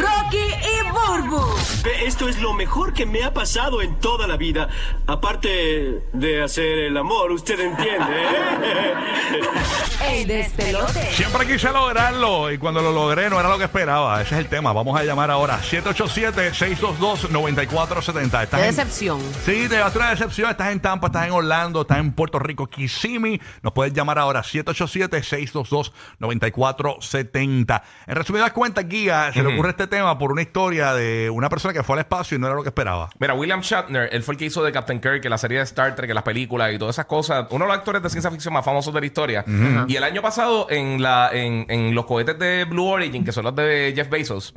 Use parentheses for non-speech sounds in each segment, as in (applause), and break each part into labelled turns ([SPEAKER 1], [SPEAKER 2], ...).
[SPEAKER 1] Rocky y Burbu,
[SPEAKER 2] Esto es lo mejor que me ha pasado en toda la vida. Aparte de hacer el amor, usted entiende, ¿eh?
[SPEAKER 1] el despelote.
[SPEAKER 3] Siempre quise lograrlo y cuando lo logré no era lo que esperaba. Ese es el tema. Vamos a llamar ahora 787-622-9470. Estás
[SPEAKER 4] Qué
[SPEAKER 3] en-
[SPEAKER 4] decepción.
[SPEAKER 3] Sí, te vas a una decepción. Estás en Tampa, estás en Orlando, estás en Puerto Rico, Kissimmee. Nos puedes llamar ahora 787-622-9470. En resumidas cuentas, Guía, se le ocurre este tema por una historia de una persona que fue al espacio y no era lo que esperaba.
[SPEAKER 5] Mira, William Shatner, él fue el que hizo de Captain Kirk, que la serie de Star Trek, que las películas y todas esas cosas. Uno de los actores de ciencia ficción más famosos de la historia. Y el año pasado, en, la, en, en los cohetes de Blue Origin, que son los de Jeff Bezos,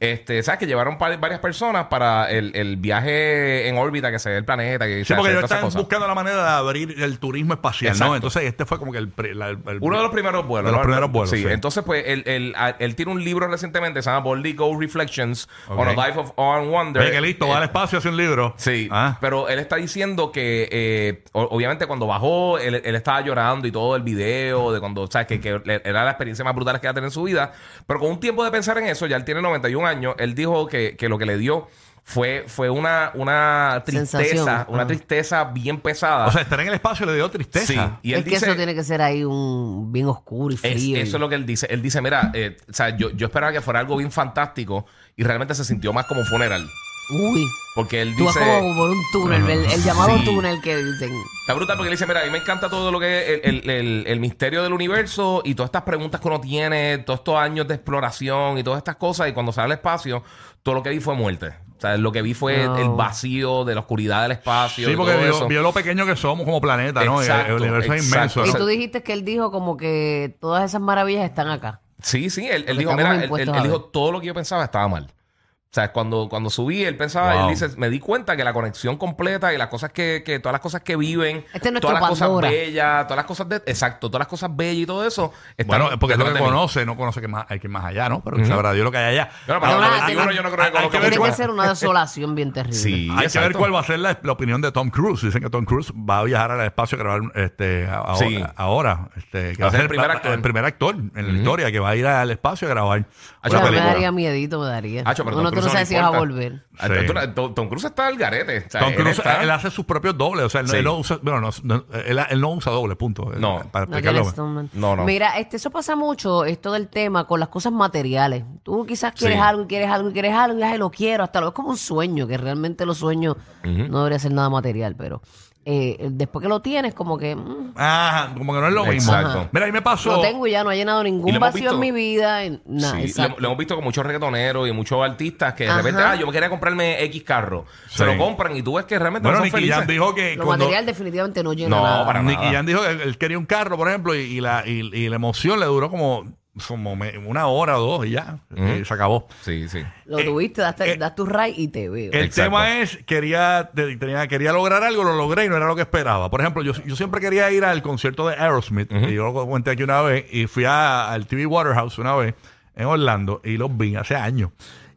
[SPEAKER 5] este, ¿sabes? Que llevaron par- varias personas para el, el viaje en órbita que se ve el planeta. Que,
[SPEAKER 3] Sí,
[SPEAKER 5] se
[SPEAKER 3] porque
[SPEAKER 5] hace
[SPEAKER 3] ellos
[SPEAKER 5] todas esas
[SPEAKER 3] están
[SPEAKER 5] cosas.
[SPEAKER 3] buscando la manera de abrir el turismo espacial, ¿no?
[SPEAKER 5] Exacto.
[SPEAKER 3] Entonces, este fue como que el... pri- la- el-
[SPEAKER 5] Uno de los primeros vuelos.
[SPEAKER 3] De los
[SPEAKER 5] ¿no?
[SPEAKER 3] primeros vuelos, sí.
[SPEAKER 5] Entonces, pues, él, él- a- él tiene un libro recientemente, se llama Boldly Go Reflections
[SPEAKER 3] Ok.
[SPEAKER 5] on a Life of Awe and Wonder.
[SPEAKER 3] Oye, que listo, va
[SPEAKER 5] Eh,
[SPEAKER 3] al espacio, hace un libro.
[SPEAKER 5] Sí,
[SPEAKER 3] Ah.
[SPEAKER 5] pero él está diciendo que eh, o- obviamente cuando bajó, él, él estaba llorando y todo el video de cuando, sabes, que, que le- era la experiencia más brutal que iba a tener en su vida, pero con un tiempo de pensar en eso, ya él tiene 91 años, él dijo que, que lo que le dio fue, fue una, una tristeza,
[SPEAKER 4] Sensación.
[SPEAKER 5] una
[SPEAKER 4] Ah.
[SPEAKER 5] tristeza bien pesada.
[SPEAKER 3] O sea, estar en el espacio le dio
[SPEAKER 5] sí,
[SPEAKER 3] tristeza.
[SPEAKER 5] y él
[SPEAKER 4] es que
[SPEAKER 5] dice...
[SPEAKER 4] eso tiene que ser ahí un bien oscuro y
[SPEAKER 5] Es-
[SPEAKER 4] frío.
[SPEAKER 5] eso es lo que él dice. Él dice, mira, eh, o sea, yo, yo esperaba que fuera algo bien fantástico y realmente se sintió más como un funeral.
[SPEAKER 4] Uy,
[SPEAKER 5] Porque él
[SPEAKER 4] tú vas
[SPEAKER 5] dice...
[SPEAKER 4] como por un túnel, el, el llamado
[SPEAKER 5] Sí.
[SPEAKER 4] túnel que dicen.
[SPEAKER 5] Está brutal porque él dice, mira, a mí me encanta todo lo que es el, el- el- el misterio del universo y todas estas preguntas que uno tiene, todos estos años de exploración y todas estas cosas. Y cuando sale al espacio, todo lo que vi fue muerte. O sea, lo que vi fue
[SPEAKER 4] No.
[SPEAKER 5] el vacío de la oscuridad del espacio.
[SPEAKER 3] Sí,
[SPEAKER 5] y
[SPEAKER 3] porque
[SPEAKER 5] todo
[SPEAKER 3] vio,
[SPEAKER 5] eso.
[SPEAKER 3] vio lo pequeño que somos como planeta, ¿no? El-
[SPEAKER 5] Exacto,
[SPEAKER 3] el universo es
[SPEAKER 5] exacto.
[SPEAKER 3] inmenso.
[SPEAKER 5] O
[SPEAKER 4] Y
[SPEAKER 5] sea-
[SPEAKER 4] tú dijiste que él dijo como que todas esas maravillas están acá.
[SPEAKER 5] Sí, sí, él, él
[SPEAKER 4] Porque
[SPEAKER 5] dijo,
[SPEAKER 4] estamos
[SPEAKER 5] mira, él,
[SPEAKER 4] impuestos
[SPEAKER 5] él-
[SPEAKER 4] a
[SPEAKER 5] él dijo,
[SPEAKER 4] ver.
[SPEAKER 5] todo lo que yo pensaba estaba mal. O sea, cuando, cuando subí, él pensaba,
[SPEAKER 3] Wow.
[SPEAKER 5] él dice, me di cuenta que la conexión completa y las cosas que, que todas las cosas que viven,
[SPEAKER 4] Este es nuestro
[SPEAKER 5] todas las
[SPEAKER 4] Pandora.
[SPEAKER 5] cosas bellas, todas las cosas de, exacto, todas las cosas bellas y todo eso, están
[SPEAKER 3] Bueno, porque es lo
[SPEAKER 5] detrás
[SPEAKER 3] que
[SPEAKER 5] de mí.
[SPEAKER 3] conoce, no conoce que más, hay que más allá, ¿no? Pero
[SPEAKER 5] Ujú.
[SPEAKER 3] sabrá Dios lo que hay allá.
[SPEAKER 5] Bueno, pero
[SPEAKER 3] Ahora,
[SPEAKER 4] no,
[SPEAKER 3] hay-
[SPEAKER 4] ninguno
[SPEAKER 3] hay-
[SPEAKER 5] yo no creo que
[SPEAKER 3] hay que
[SPEAKER 5] conozca
[SPEAKER 3] ver
[SPEAKER 4] Tiene que
[SPEAKER 3] cuál-
[SPEAKER 4] ser una desolación bien terrible.
[SPEAKER 5] Sí,
[SPEAKER 3] hay que ver
[SPEAKER 5] exacto.
[SPEAKER 3] cuál va a ser la, la opinión de Tom Cruise. Dicen que Tom Cruise va a viajar al espacio a grabar este, a- a-
[SPEAKER 5] Sí.
[SPEAKER 3] ahora. Este, que
[SPEAKER 5] Va a ser el primer actor.
[SPEAKER 3] el primer actor en la historia que va a ir al espacio a grabar
[SPEAKER 5] Ah,
[SPEAKER 3] una
[SPEAKER 4] Claro, me
[SPEAKER 3] película.
[SPEAKER 4] daría miedito, me daría.
[SPEAKER 5] Hacho, pero Tom
[SPEAKER 4] Uno tú no
[SPEAKER 5] Cruise
[SPEAKER 4] sabes
[SPEAKER 5] le
[SPEAKER 4] si vas a
[SPEAKER 5] importa.
[SPEAKER 4] volver.
[SPEAKER 5] Ah,
[SPEAKER 3] Sí.
[SPEAKER 5] tú- tú- Tom Cruise está al garete. O sea,
[SPEAKER 3] Tom
[SPEAKER 5] él
[SPEAKER 3] Cruise, eh,
[SPEAKER 5] está-
[SPEAKER 3] él hace sus propios dobles. O sea, él, no-
[SPEAKER 5] Sí.
[SPEAKER 3] él no usa, bueno, no, no, él, él no usa doble, punto.
[SPEAKER 5] No.
[SPEAKER 3] Eh, Para
[SPEAKER 4] No,
[SPEAKER 3] explicarlo.
[SPEAKER 4] Janet Stoneman.
[SPEAKER 5] No, no.
[SPEAKER 4] Mira, este, eso pasa mucho, esto del tema con las cosas materiales. Tú quizás quieres
[SPEAKER 5] Sí.
[SPEAKER 4] algo y quieres algo y quieres algo y ay, lo quiero, hasta lo es como un sueño, que realmente los sueños no debería ser nada material, pero eh, después que lo tienes, como que mm,
[SPEAKER 3] Ah, como que no es lo mismo.
[SPEAKER 5] Exacto.
[SPEAKER 3] Mira, ahí me pasó.
[SPEAKER 4] lo tengo y ya no ha llenado
[SPEAKER 5] Y
[SPEAKER 4] ningún
[SPEAKER 5] lo hemos
[SPEAKER 4] vacío
[SPEAKER 5] visto.
[SPEAKER 4] en mi vida. y- nah,
[SPEAKER 5] Sí,
[SPEAKER 4] exacto.
[SPEAKER 5] lo, lo hemos visto con muchos reggaetoneros y muchos artistas que de
[SPEAKER 4] Ajá.
[SPEAKER 5] repente, ah, yo me quería comprarme X carro.
[SPEAKER 3] Sí.
[SPEAKER 5] Se lo compran y tú ves que realmente
[SPEAKER 3] Bueno,
[SPEAKER 5] no son
[SPEAKER 3] Nicky
[SPEAKER 5] felices.
[SPEAKER 3] Jam dijo que
[SPEAKER 4] Lo
[SPEAKER 3] cuando
[SPEAKER 4] material definitivamente no llena
[SPEAKER 5] No,
[SPEAKER 4] nada.
[SPEAKER 5] para
[SPEAKER 3] Nicky
[SPEAKER 5] nada.
[SPEAKER 3] Jam dijo que él, él quería un carro, por ejemplo, y, y la, y, y la emoción le duró como, como me- una hora o dos y ya. eh, se acabó.
[SPEAKER 5] Sí, sí.
[SPEAKER 4] Lo
[SPEAKER 3] Eh,
[SPEAKER 4] tuviste, das,
[SPEAKER 3] eh,
[SPEAKER 4] das tu ray y te veo.
[SPEAKER 3] El
[SPEAKER 5] Exacto.
[SPEAKER 3] tema es, quería, te- tenía- quería lograr algo, lo logré y no era lo que esperaba. Por ejemplo, yo, yo siempre quería ir al concierto de Aerosmith, y yo lo conté aquí una vez, y fui a- al TV Waterhouse una vez en Orlando y los vi hace años.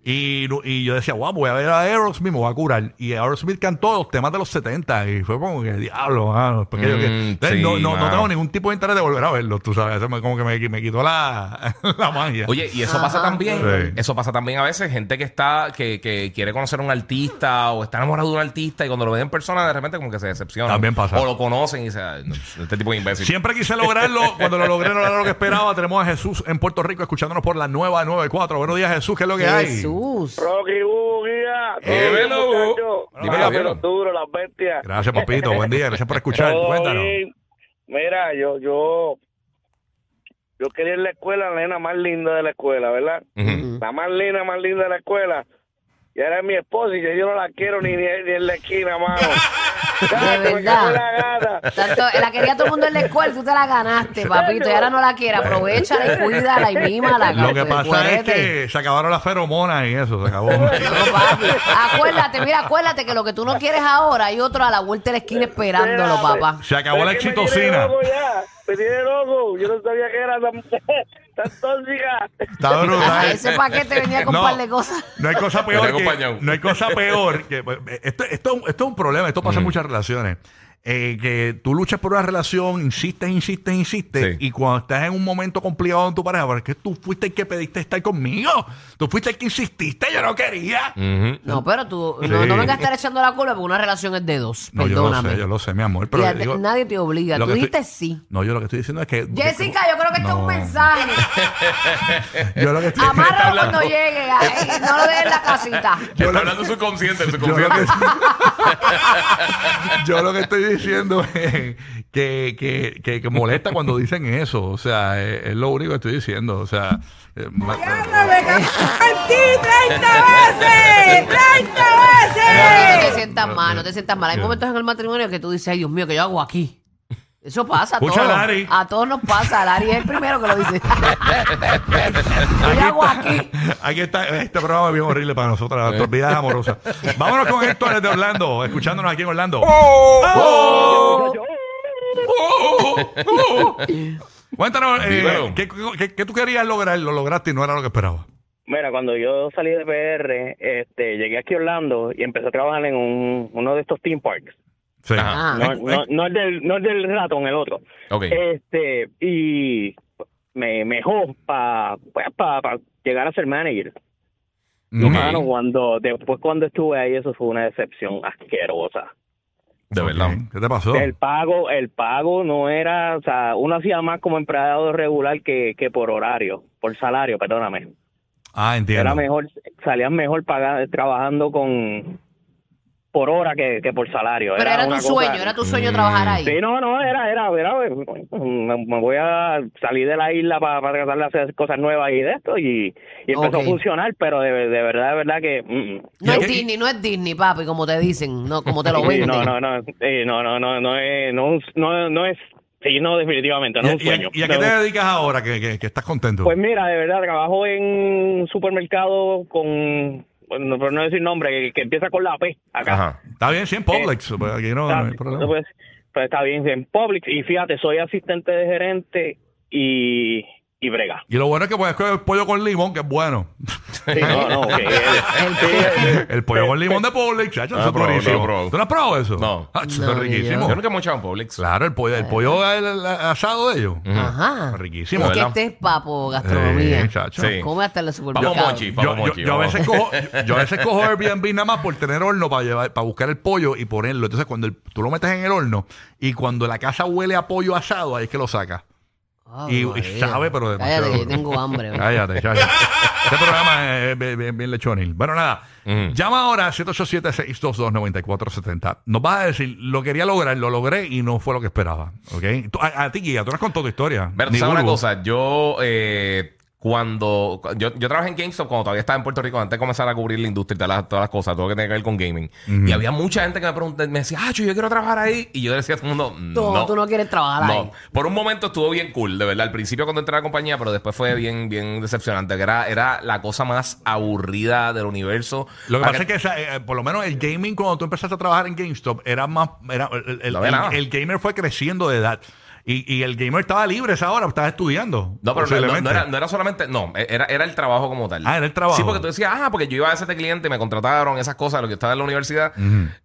[SPEAKER 3] Y, no- y yo decía, guau, voy a ver a Aerosmith, me voy a curar. Y Aerosmith cantó los temas de los 70 y fue como que, diablo, mano, porque yo que-
[SPEAKER 5] Mm,
[SPEAKER 3] Entonces,
[SPEAKER 5] sí,
[SPEAKER 3] no, no- no
[SPEAKER 5] mano.
[SPEAKER 3] tengo ningún tipo de interés de volver a verlos, tú sabes. Eso me- como que me, me quitó la, (laughs) la magia.
[SPEAKER 5] Oye, y eso pasa también.
[SPEAKER 3] Sí.
[SPEAKER 5] Eso pasa también a veces. Gente que está, que, que quiere conocer a un artista o está enamorado de un artista y cuando lo ven en persona, de repente como que se decepciona.
[SPEAKER 3] También pasa.
[SPEAKER 5] O lo conocen y dicen, "Ay, no, este tipo de imbécil.
[SPEAKER 3] Siempre quise lograrlo. Cuando lo logré, no era lo que esperaba. Tenemos a Jesús en Puerto Rico escuchándonos por la nueva 94. Buenos días, Jesús. ¿Qué es lo que hay?
[SPEAKER 4] Jesús.
[SPEAKER 6] Rocky Hugo, guía. Todo
[SPEAKER 5] Eh,
[SPEAKER 6] bien,
[SPEAKER 5] velo, Hugo.
[SPEAKER 6] muchacho.
[SPEAKER 5] Dímelo,
[SPEAKER 6] Mira,
[SPEAKER 5] dímelo.
[SPEAKER 6] pero duro, las bestias.
[SPEAKER 3] Gracias, papito. Buen día. Gracias por escuchar.
[SPEAKER 6] Todo
[SPEAKER 3] Cuéntanos.
[SPEAKER 6] bien. Mira, yo, yo, yo quería en la escuela, la nena más linda de la escuela, ¿verdad?
[SPEAKER 5] Ujú.
[SPEAKER 6] La más linda, más linda de la escuela. Y ahora es mi esposa y ya yo no la quiero ni, ni, ni en la esquina, mano.
[SPEAKER 4] (laughs) De
[SPEAKER 6] me cago en la
[SPEAKER 4] verdad.
[SPEAKER 6] gana.
[SPEAKER 4] Tanto, la quería todo el mundo en la escuela, tú te la ganaste, papito. Y ahora no la quieres. Aprovechala y cuídala y mímala.
[SPEAKER 3] Lo que
[SPEAKER 4] cabrón,
[SPEAKER 3] pasa es
[SPEAKER 4] cuídate.
[SPEAKER 3] que se acabaron las feromonas y eso, se acabó.
[SPEAKER 4] No, papi. (laughs) Acuérdate, mira, acuérdate que lo que tú no quieres ahora hay otro a la vuelta de la esquina esperándolo,
[SPEAKER 6] Espérate.
[SPEAKER 4] papá.
[SPEAKER 3] Se acabó
[SPEAKER 6] Es
[SPEAKER 3] la
[SPEAKER 6] que Me tiene
[SPEAKER 3] chitosina.
[SPEAKER 6] loco ya. Me tiene loco. Yo no sabía que era tan, (laughs) tan tóxica.
[SPEAKER 3] Está
[SPEAKER 4] Ah,
[SPEAKER 3] brutal.
[SPEAKER 4] Ese paquete venía con
[SPEAKER 3] No.
[SPEAKER 4] un par de cosas.
[SPEAKER 3] No hay cosa
[SPEAKER 5] Te
[SPEAKER 3] peor
[SPEAKER 5] tengo
[SPEAKER 3] que,
[SPEAKER 5] pañao.
[SPEAKER 3] no hay cosa peor que pues, esto, esto, esto es un problema, esto pasa en muchas relaciones. Eh, que tú luchas por una relación, insistes, insistes, insistes,
[SPEAKER 5] Sí.
[SPEAKER 3] y cuando estás en un momento complicado con tu pareja, porque tú fuiste el que pediste estar conmigo, tú fuiste el que insististe, yo no quería.
[SPEAKER 5] Ujú.
[SPEAKER 4] No, pero tú no,
[SPEAKER 3] Mm. Sí.
[SPEAKER 4] no vengas a estar echando la culpa porque una relación es de dos.
[SPEAKER 3] No, yo lo
[SPEAKER 4] perdóname.
[SPEAKER 3] sé, yo lo sé, mi amor.
[SPEAKER 4] Y
[SPEAKER 3] Pero
[SPEAKER 4] a-
[SPEAKER 3] digo-
[SPEAKER 4] nadie te obliga.
[SPEAKER 3] lo
[SPEAKER 4] Tú
[SPEAKER 3] que
[SPEAKER 4] dijiste
[SPEAKER 3] estoy-
[SPEAKER 4] sí.
[SPEAKER 3] No, yo lo que estoy diciendo es que.
[SPEAKER 4] Jessica, yo creo que esto es un
[SPEAKER 3] No.
[SPEAKER 4] mensaje.
[SPEAKER 3] (laughs) Yo lo que estoy
[SPEAKER 4] Amárralo
[SPEAKER 5] hablando-
[SPEAKER 4] cuando llegue. ahí, no lo dejes en la casita.
[SPEAKER 3] Yo
[SPEAKER 5] Está
[SPEAKER 3] lo-
[SPEAKER 5] hablando subconsciente,
[SPEAKER 3] (laughs)
[SPEAKER 5] el
[SPEAKER 3] Yo lo,
[SPEAKER 5] subconsciente.
[SPEAKER 3] que, yo lo que estoy diciendo es que, que, que- que molesta cuando dicen eso. O sea, es, es lo único que estoy diciendo. O sea, eh, ma-
[SPEAKER 4] No, no te sientas mal, no te sientas mal. Hay
[SPEAKER 3] Bien.
[SPEAKER 4] momentos en el matrimonio que tú dices, ay Dios mío, ¿qué yo hago aquí? Eso pasa a
[SPEAKER 3] Escucha,
[SPEAKER 4] todos.
[SPEAKER 3] Lari.
[SPEAKER 4] A todos nos pasa. Lari es el primero que lo dice. ¿Qué yo hago aquí?
[SPEAKER 3] aquí está. Este programa es bien horrible para nosotras, nuestras vidas amorosas. Vámonos con Héctor desde Orlando, escuchándonos aquí en Orlando. Oh, oh. Cuéntanos, eh,
[SPEAKER 5] Dímelo.
[SPEAKER 3] ¿qué, qué, qué tú querías lograr? Lo lograste y no era lo que esperabas.
[SPEAKER 6] Mira, cuando yo salí de PR, este, llegué aquí a Orlando y empecé a trabajar en un, uno de estos theme parks.
[SPEAKER 3] Sí.
[SPEAKER 5] Ajá.
[SPEAKER 4] Ah,
[SPEAKER 6] No, no, no el del, no el del ratón, el otro.
[SPEAKER 5] Ok.
[SPEAKER 4] Eh,
[SPEAKER 6] Este, y me mejor para pa, pa llegar a ser manager.
[SPEAKER 3] Mm.
[SPEAKER 5] Ok.
[SPEAKER 6] Mano, cuando, después cuando estuve ahí, eso fue una decepción asquerosa.
[SPEAKER 5] De verdad.
[SPEAKER 3] Ok. ¿Qué te pasó?
[SPEAKER 6] El pago, el pago no era, o sea, uno hacía más como empleado regular que, que por horario, por salario, perdóname.
[SPEAKER 3] Ah, entiendo.
[SPEAKER 6] Era mejor, salían mejor pagando, trabajando con por hora que, que por salario.
[SPEAKER 4] Pero era,
[SPEAKER 6] una
[SPEAKER 4] tu
[SPEAKER 6] cosa-
[SPEAKER 4] sueño, era tu sueño trabajar ahí.
[SPEAKER 6] Sí, no, no, era, era, era, me, me voy a salir de la isla para tratar de hacer cosas nuevas y de esto, y, y empezó
[SPEAKER 4] Ok.
[SPEAKER 6] a funcionar, pero de, de verdad, de verdad que... mm, mm.
[SPEAKER 4] No
[SPEAKER 3] ¿Y
[SPEAKER 4] es
[SPEAKER 3] qué-
[SPEAKER 4] Disney, no es Disney, papi, como te dicen, no, como te lo
[SPEAKER 6] Sí,
[SPEAKER 4] venden.
[SPEAKER 6] no, no, no, sí, no, no, no, no es, no, es- no, no es, sí, no, definitivamente, no es un
[SPEAKER 3] ¿Y, a- y
[SPEAKER 6] sueño.
[SPEAKER 3] a, y a qué
[SPEAKER 6] No.
[SPEAKER 3] te dedicas ahora que, que- que estás contento?
[SPEAKER 6] Pues mira, de verdad, trabajo en un supermercado con, bueno, por no decir nombre, que, que empieza con la P acá.
[SPEAKER 5] Ajá.
[SPEAKER 3] Está bien, 100 Publix. pues, aquí no, no hay problema.
[SPEAKER 6] Pues, pues está bien, en Publix, y fíjate, soy asistente de gerente y, y brega.
[SPEAKER 3] Y lo bueno es que puedes comer pollo con limón, que es bueno.
[SPEAKER 6] Sí, no, no, que-
[SPEAKER 3] El pollo con limón de Publix, chacho,
[SPEAKER 5] No
[SPEAKER 3] eso es
[SPEAKER 5] probó, Ah, no
[SPEAKER 3] buenísimo.
[SPEAKER 5] probó.
[SPEAKER 3] ¿Tú no has probado eso?
[SPEAKER 5] No.
[SPEAKER 3] Ah, eso
[SPEAKER 4] No,
[SPEAKER 3] es
[SPEAKER 4] ni
[SPEAKER 3] riquísimo.
[SPEAKER 5] Yo nunca he mochado en Publix.
[SPEAKER 3] Claro, el pollo, el pollo el- el asado de ellos. Ah,
[SPEAKER 4] Ajá.
[SPEAKER 3] Riquísimo,
[SPEAKER 4] Es que
[SPEAKER 5] ¿verdad?
[SPEAKER 4] este es papo, gastronomía.
[SPEAKER 3] Eh, chacho.
[SPEAKER 5] Sí.
[SPEAKER 4] Come hasta el
[SPEAKER 5] Vamos,
[SPEAKER 4] supermercado.
[SPEAKER 5] Mochi.
[SPEAKER 3] Yo,
[SPEAKER 5] Vamos,
[SPEAKER 3] yo,
[SPEAKER 5] Mochi.
[SPEAKER 3] yo a
[SPEAKER 5] vamos.
[SPEAKER 3] veces cojo, yo, yo a veces cojo Airbnb nada más por tener horno para llevar, para buscar el pollo y ponerlo. Entonces, cuando el- tú lo metes en el horno y cuando la casa huele a pollo asado, ahí es que lo sacas.
[SPEAKER 4] Ave
[SPEAKER 3] Y- y
[SPEAKER 4] María.
[SPEAKER 3] sabe, pero demasiado.
[SPEAKER 4] Cállate, que yo tengo hambre. ¿verdad?
[SPEAKER 3] Cállate, chacho. Este programa es bien, bien, bien lechonín. Bueno, nada.
[SPEAKER 5] Mm.
[SPEAKER 3] Llama ahora a 787-622-9470. Nos vas a decir, lo quería lograr, lo logré y no fue lo que esperaba. ¿Ok? Tú- a, a ti, Guía, tú no has contado tu historia.
[SPEAKER 5] Pero tú
[SPEAKER 3] Ni
[SPEAKER 5] sabes una
[SPEAKER 3] vulgo.
[SPEAKER 5] cosa, yo eh, cuando cu- yo, yo trabajé en GameStop cuando todavía estaba en Puerto Rico, antes de comenzar a cubrir la industria y todas las, todas las cosas, todo lo que tenía que ver con gaming. Y había mucha gente que me preguntaba, me decía, ah, yo quiero trabajar ahí. Y yo decía a todo el mundo, no.
[SPEAKER 4] No, tú no quieres trabajar ahí.
[SPEAKER 5] No, por un momento estuvo bien cool, de verdad. Al principio cuando entré a la compañía, pero después fue bien, bien decepcionante. que Era, era la cosa más aburrida del universo.
[SPEAKER 3] Lo que
[SPEAKER 5] Para
[SPEAKER 3] pasa es que esa, eh, eh, por lo menos el gaming cuando tú empezaste a trabajar en GameStop era más... Era, el, el-
[SPEAKER 5] No había
[SPEAKER 3] el-
[SPEAKER 5] nada.
[SPEAKER 3] el gamer fue creciendo de edad. Y, y el gamer estaba libre esa hora, estaba estudiando.
[SPEAKER 5] No, pero no- no, no
[SPEAKER 3] posiblemente.
[SPEAKER 5] era, no era solamente. No, e, era, era el trabajo como tal.
[SPEAKER 3] Ah, era el trabajo.
[SPEAKER 5] Sí, porque tú decías, ah, porque yo iba a ser de cliente, me contrataron, esas cosas, lo que estaba en la universidad.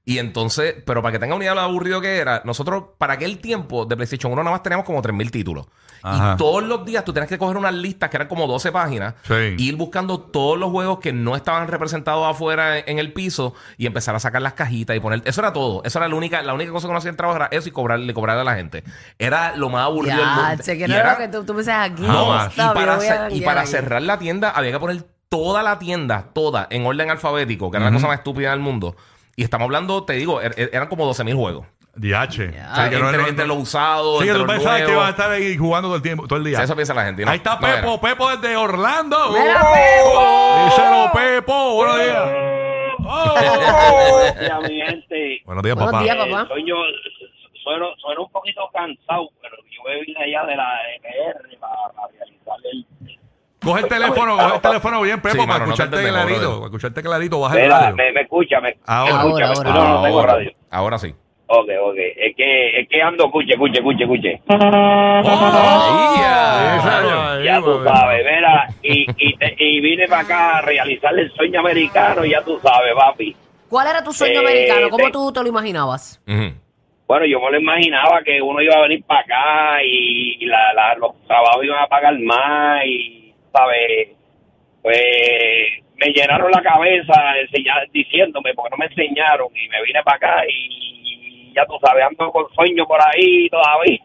[SPEAKER 5] Y entonces, pero para que tenga una idea de lo aburrido que era, nosotros para aquel tiempo de PlayStation 1 nada más teníamos como 3.000 títulos.
[SPEAKER 3] Ajá.
[SPEAKER 5] Y todos los días tú tenías que coger unas listas que eran como 12 páginas
[SPEAKER 3] Sí.
[SPEAKER 5] e ir buscando todos los juegos que no estaban representados afuera e, en, en el piso y empezar a sacar las cajitas y poner. Eso era todo. Eso era la única, la única cosa que no hacía el trabajo era eso y cobrarle, cobrarle a la gente. Era lo más aburrido del
[SPEAKER 4] Ya,
[SPEAKER 5] mundo.
[SPEAKER 4] sé que
[SPEAKER 5] Y
[SPEAKER 4] no
[SPEAKER 5] era- Ah.
[SPEAKER 4] era lo que tú, tú me dices aquí.
[SPEAKER 3] Ah,
[SPEAKER 5] no, y
[SPEAKER 4] está, yo
[SPEAKER 5] para,
[SPEAKER 4] voy a
[SPEAKER 5] cer- y
[SPEAKER 4] janguear
[SPEAKER 5] para
[SPEAKER 4] aquí.
[SPEAKER 5] cerrar la tienda había que poner toda la tienda, toda, en orden alfabético, que era la cosa más estúpida del mundo. Y estamos hablando, te digo, er- er- eran como 12.000 juegos.
[SPEAKER 3] DH. O sea, que
[SPEAKER 5] entre,
[SPEAKER 3] Ah, no- no-
[SPEAKER 5] entre lo usado,
[SPEAKER 3] Sí, que
[SPEAKER 5] entre
[SPEAKER 3] tú
[SPEAKER 5] lo
[SPEAKER 3] pensabas
[SPEAKER 5] nuevo.
[SPEAKER 3] que ibas a estar ahí jugando todo el, tiempo, todo el día.
[SPEAKER 5] Sí, eso piensa la gente. y no,
[SPEAKER 3] Ahí está
[SPEAKER 5] no era.
[SPEAKER 3] Pepo, Pepo desde Orlando. Uh,
[SPEAKER 4] Mira, Pepo.
[SPEAKER 5] (laughs)
[SPEAKER 4] (laughs)
[SPEAKER 3] Díselo, Pepo. Buenos días. Oh.
[SPEAKER 6] Buenos días, mi gente.
[SPEAKER 3] Buenos días,
[SPEAKER 4] Buenos
[SPEAKER 3] papá.
[SPEAKER 4] días,
[SPEAKER 6] Eh,
[SPEAKER 4] papá.
[SPEAKER 6] soy yo, sueno, sueno un poquito cansado, pero yo voy a ir allá de la MR para, para realizar el...
[SPEAKER 3] Coge el teléfono, coge el teléfono bien, Pepo, para
[SPEAKER 5] Sí, mano, no te
[SPEAKER 3] escucharte
[SPEAKER 5] entendemos,
[SPEAKER 3] clarito.
[SPEAKER 5] brother.
[SPEAKER 3] Para escucharte clarito, baja el
[SPEAKER 6] Espera,
[SPEAKER 3] radio.
[SPEAKER 6] me, me escucha, me,
[SPEAKER 3] Ah, Ahora.
[SPEAKER 6] me escucha,
[SPEAKER 4] Ahora,
[SPEAKER 6] me
[SPEAKER 4] ahora.
[SPEAKER 6] escucha, no, no tengo radio.
[SPEAKER 5] Ahora sí.
[SPEAKER 6] Ok, ok, es que, es que ando, escuche, escuche, escuche, escuche.
[SPEAKER 3] ¡Oh!
[SPEAKER 5] ¡Ya!
[SPEAKER 3] Esa, ahí,
[SPEAKER 6] Ya tú
[SPEAKER 3] baby.
[SPEAKER 6] sabes, verá, y, y, te- y vine para acá a realizar el sueño americano, ya tú sabes, papi.
[SPEAKER 4] ¿Cuál era tu sueño
[SPEAKER 6] Eh,
[SPEAKER 4] americano? ¿Cómo
[SPEAKER 6] te-
[SPEAKER 4] tú te lo imaginabas?
[SPEAKER 5] Ujú.
[SPEAKER 6] Bueno, yo me lo imaginaba que uno iba a venir para acá y, y la- la- los trabajos iban a pagar más y, ¿sabes? Pues me llenaron la cabeza enseña- diciéndome, porque no me enseñaron y me vine para acá y ya tú sabes, ando con sueño por ahí
[SPEAKER 4] (laughs)
[SPEAKER 6] todavía.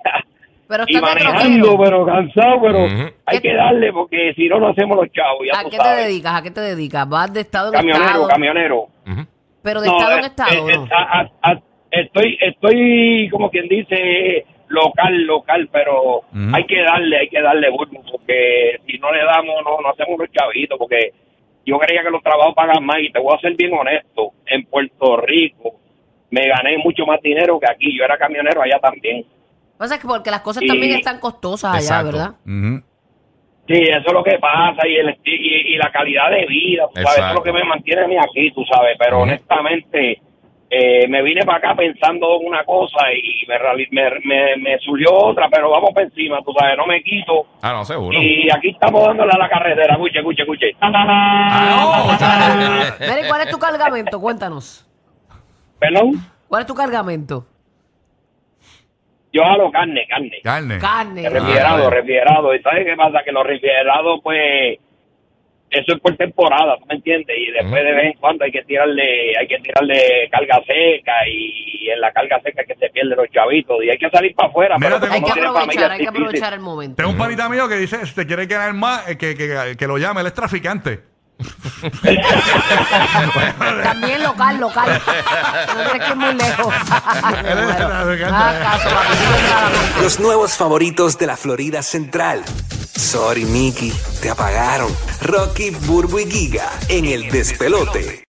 [SPEAKER 4] Pero
[SPEAKER 6] Y
[SPEAKER 4] estás de
[SPEAKER 6] manejando,
[SPEAKER 4] troquero.
[SPEAKER 6] pero cansado, pero
[SPEAKER 5] Ujú.
[SPEAKER 6] hay que darle porque si no, no hacemos los chavos, ya
[SPEAKER 4] ¿A
[SPEAKER 6] tú
[SPEAKER 4] qué te
[SPEAKER 6] sabes.
[SPEAKER 4] dedicas? ¿A qué te dedicas? ¿Vas de estado en
[SPEAKER 6] Camionero,
[SPEAKER 4] estado?
[SPEAKER 6] camionero.
[SPEAKER 5] Ujú.
[SPEAKER 4] Pero de
[SPEAKER 6] No,
[SPEAKER 4] estado en
[SPEAKER 6] eh,
[SPEAKER 4] estado,
[SPEAKER 6] eh,
[SPEAKER 4] ¿no?
[SPEAKER 6] a- a- a- estoy, estoy, como quien dice, local, local, pero
[SPEAKER 3] Ujú.
[SPEAKER 6] hay que darle, hay que darle burbu, porque si no le damos, no, no hacemos los chavitos, porque yo creía que los trabajos pagan más, y te voy a ser bien honesto, en Puerto Rico me gané mucho más dinero que aquí, yo era camionero allá también.
[SPEAKER 4] Pasa que porque las cosas también
[SPEAKER 6] Y-
[SPEAKER 4] están costosas allá,
[SPEAKER 5] Exacto.
[SPEAKER 4] ¿verdad?
[SPEAKER 3] Ujú.
[SPEAKER 6] Sí, eso es lo que pasa y, el, y, y la calidad de vida, tú sabes, eso es
[SPEAKER 5] Exacto.
[SPEAKER 6] lo que me mantiene a mí aquí, tú sabes, pero
[SPEAKER 5] Ujú.
[SPEAKER 6] honestamente eh, me vine para acá pensando una cosa y me, reali- me, me, me surgió otra, pero vamos para encima, tú sabes, no me quito
[SPEAKER 5] Ah, no, seguro.
[SPEAKER 6] y aquí estamos dándole a la carretera, escuche, escuche, escuche.
[SPEAKER 5] Ah,
[SPEAKER 3] Ah,
[SPEAKER 5] oh,
[SPEAKER 6] (laughs)
[SPEAKER 4] Mary, ¿cuál es tu cargamento? Cuéntanos.
[SPEAKER 6] Perdón,
[SPEAKER 4] ¿Cuál es tu cargamento?
[SPEAKER 6] yo hablo carne, carne,
[SPEAKER 3] Carne.
[SPEAKER 4] Carne.
[SPEAKER 6] refrigerado,
[SPEAKER 5] Ah,
[SPEAKER 6] refrigerado, y sabes qué pasa, que los refrigerados pues... Eso es por temporada, ¿tú me entiendes? Y después de vez en cuando hay que tirarle, hay que tirarle carga seca y en la carga seca es que se pierden los chavitos y hay que salir para afuera.
[SPEAKER 3] Mira,
[SPEAKER 6] pero
[SPEAKER 3] tengo-
[SPEAKER 4] Hay
[SPEAKER 6] como
[SPEAKER 4] que
[SPEAKER 6] uno tiene familia,
[SPEAKER 4] aprovechar, hay que
[SPEAKER 6] es difícil.
[SPEAKER 4] aprovechar el momento.
[SPEAKER 3] Tengo un panita mío que dice, si te quieres ganar más, eh, que, que, que lo llame, él es traficante.
[SPEAKER 4] También local, local. No crees que es muy lejos. (laughs) Me
[SPEAKER 3] Él es
[SPEAKER 4] muero.
[SPEAKER 3] traficante.
[SPEAKER 4] Ah, caso, papi, sí me entra la mente.
[SPEAKER 7] Los nuevos favoritos de la Florida Central. Sorry, Mickey, te apagaron. Rocky, Burbu y Giga en el despelote.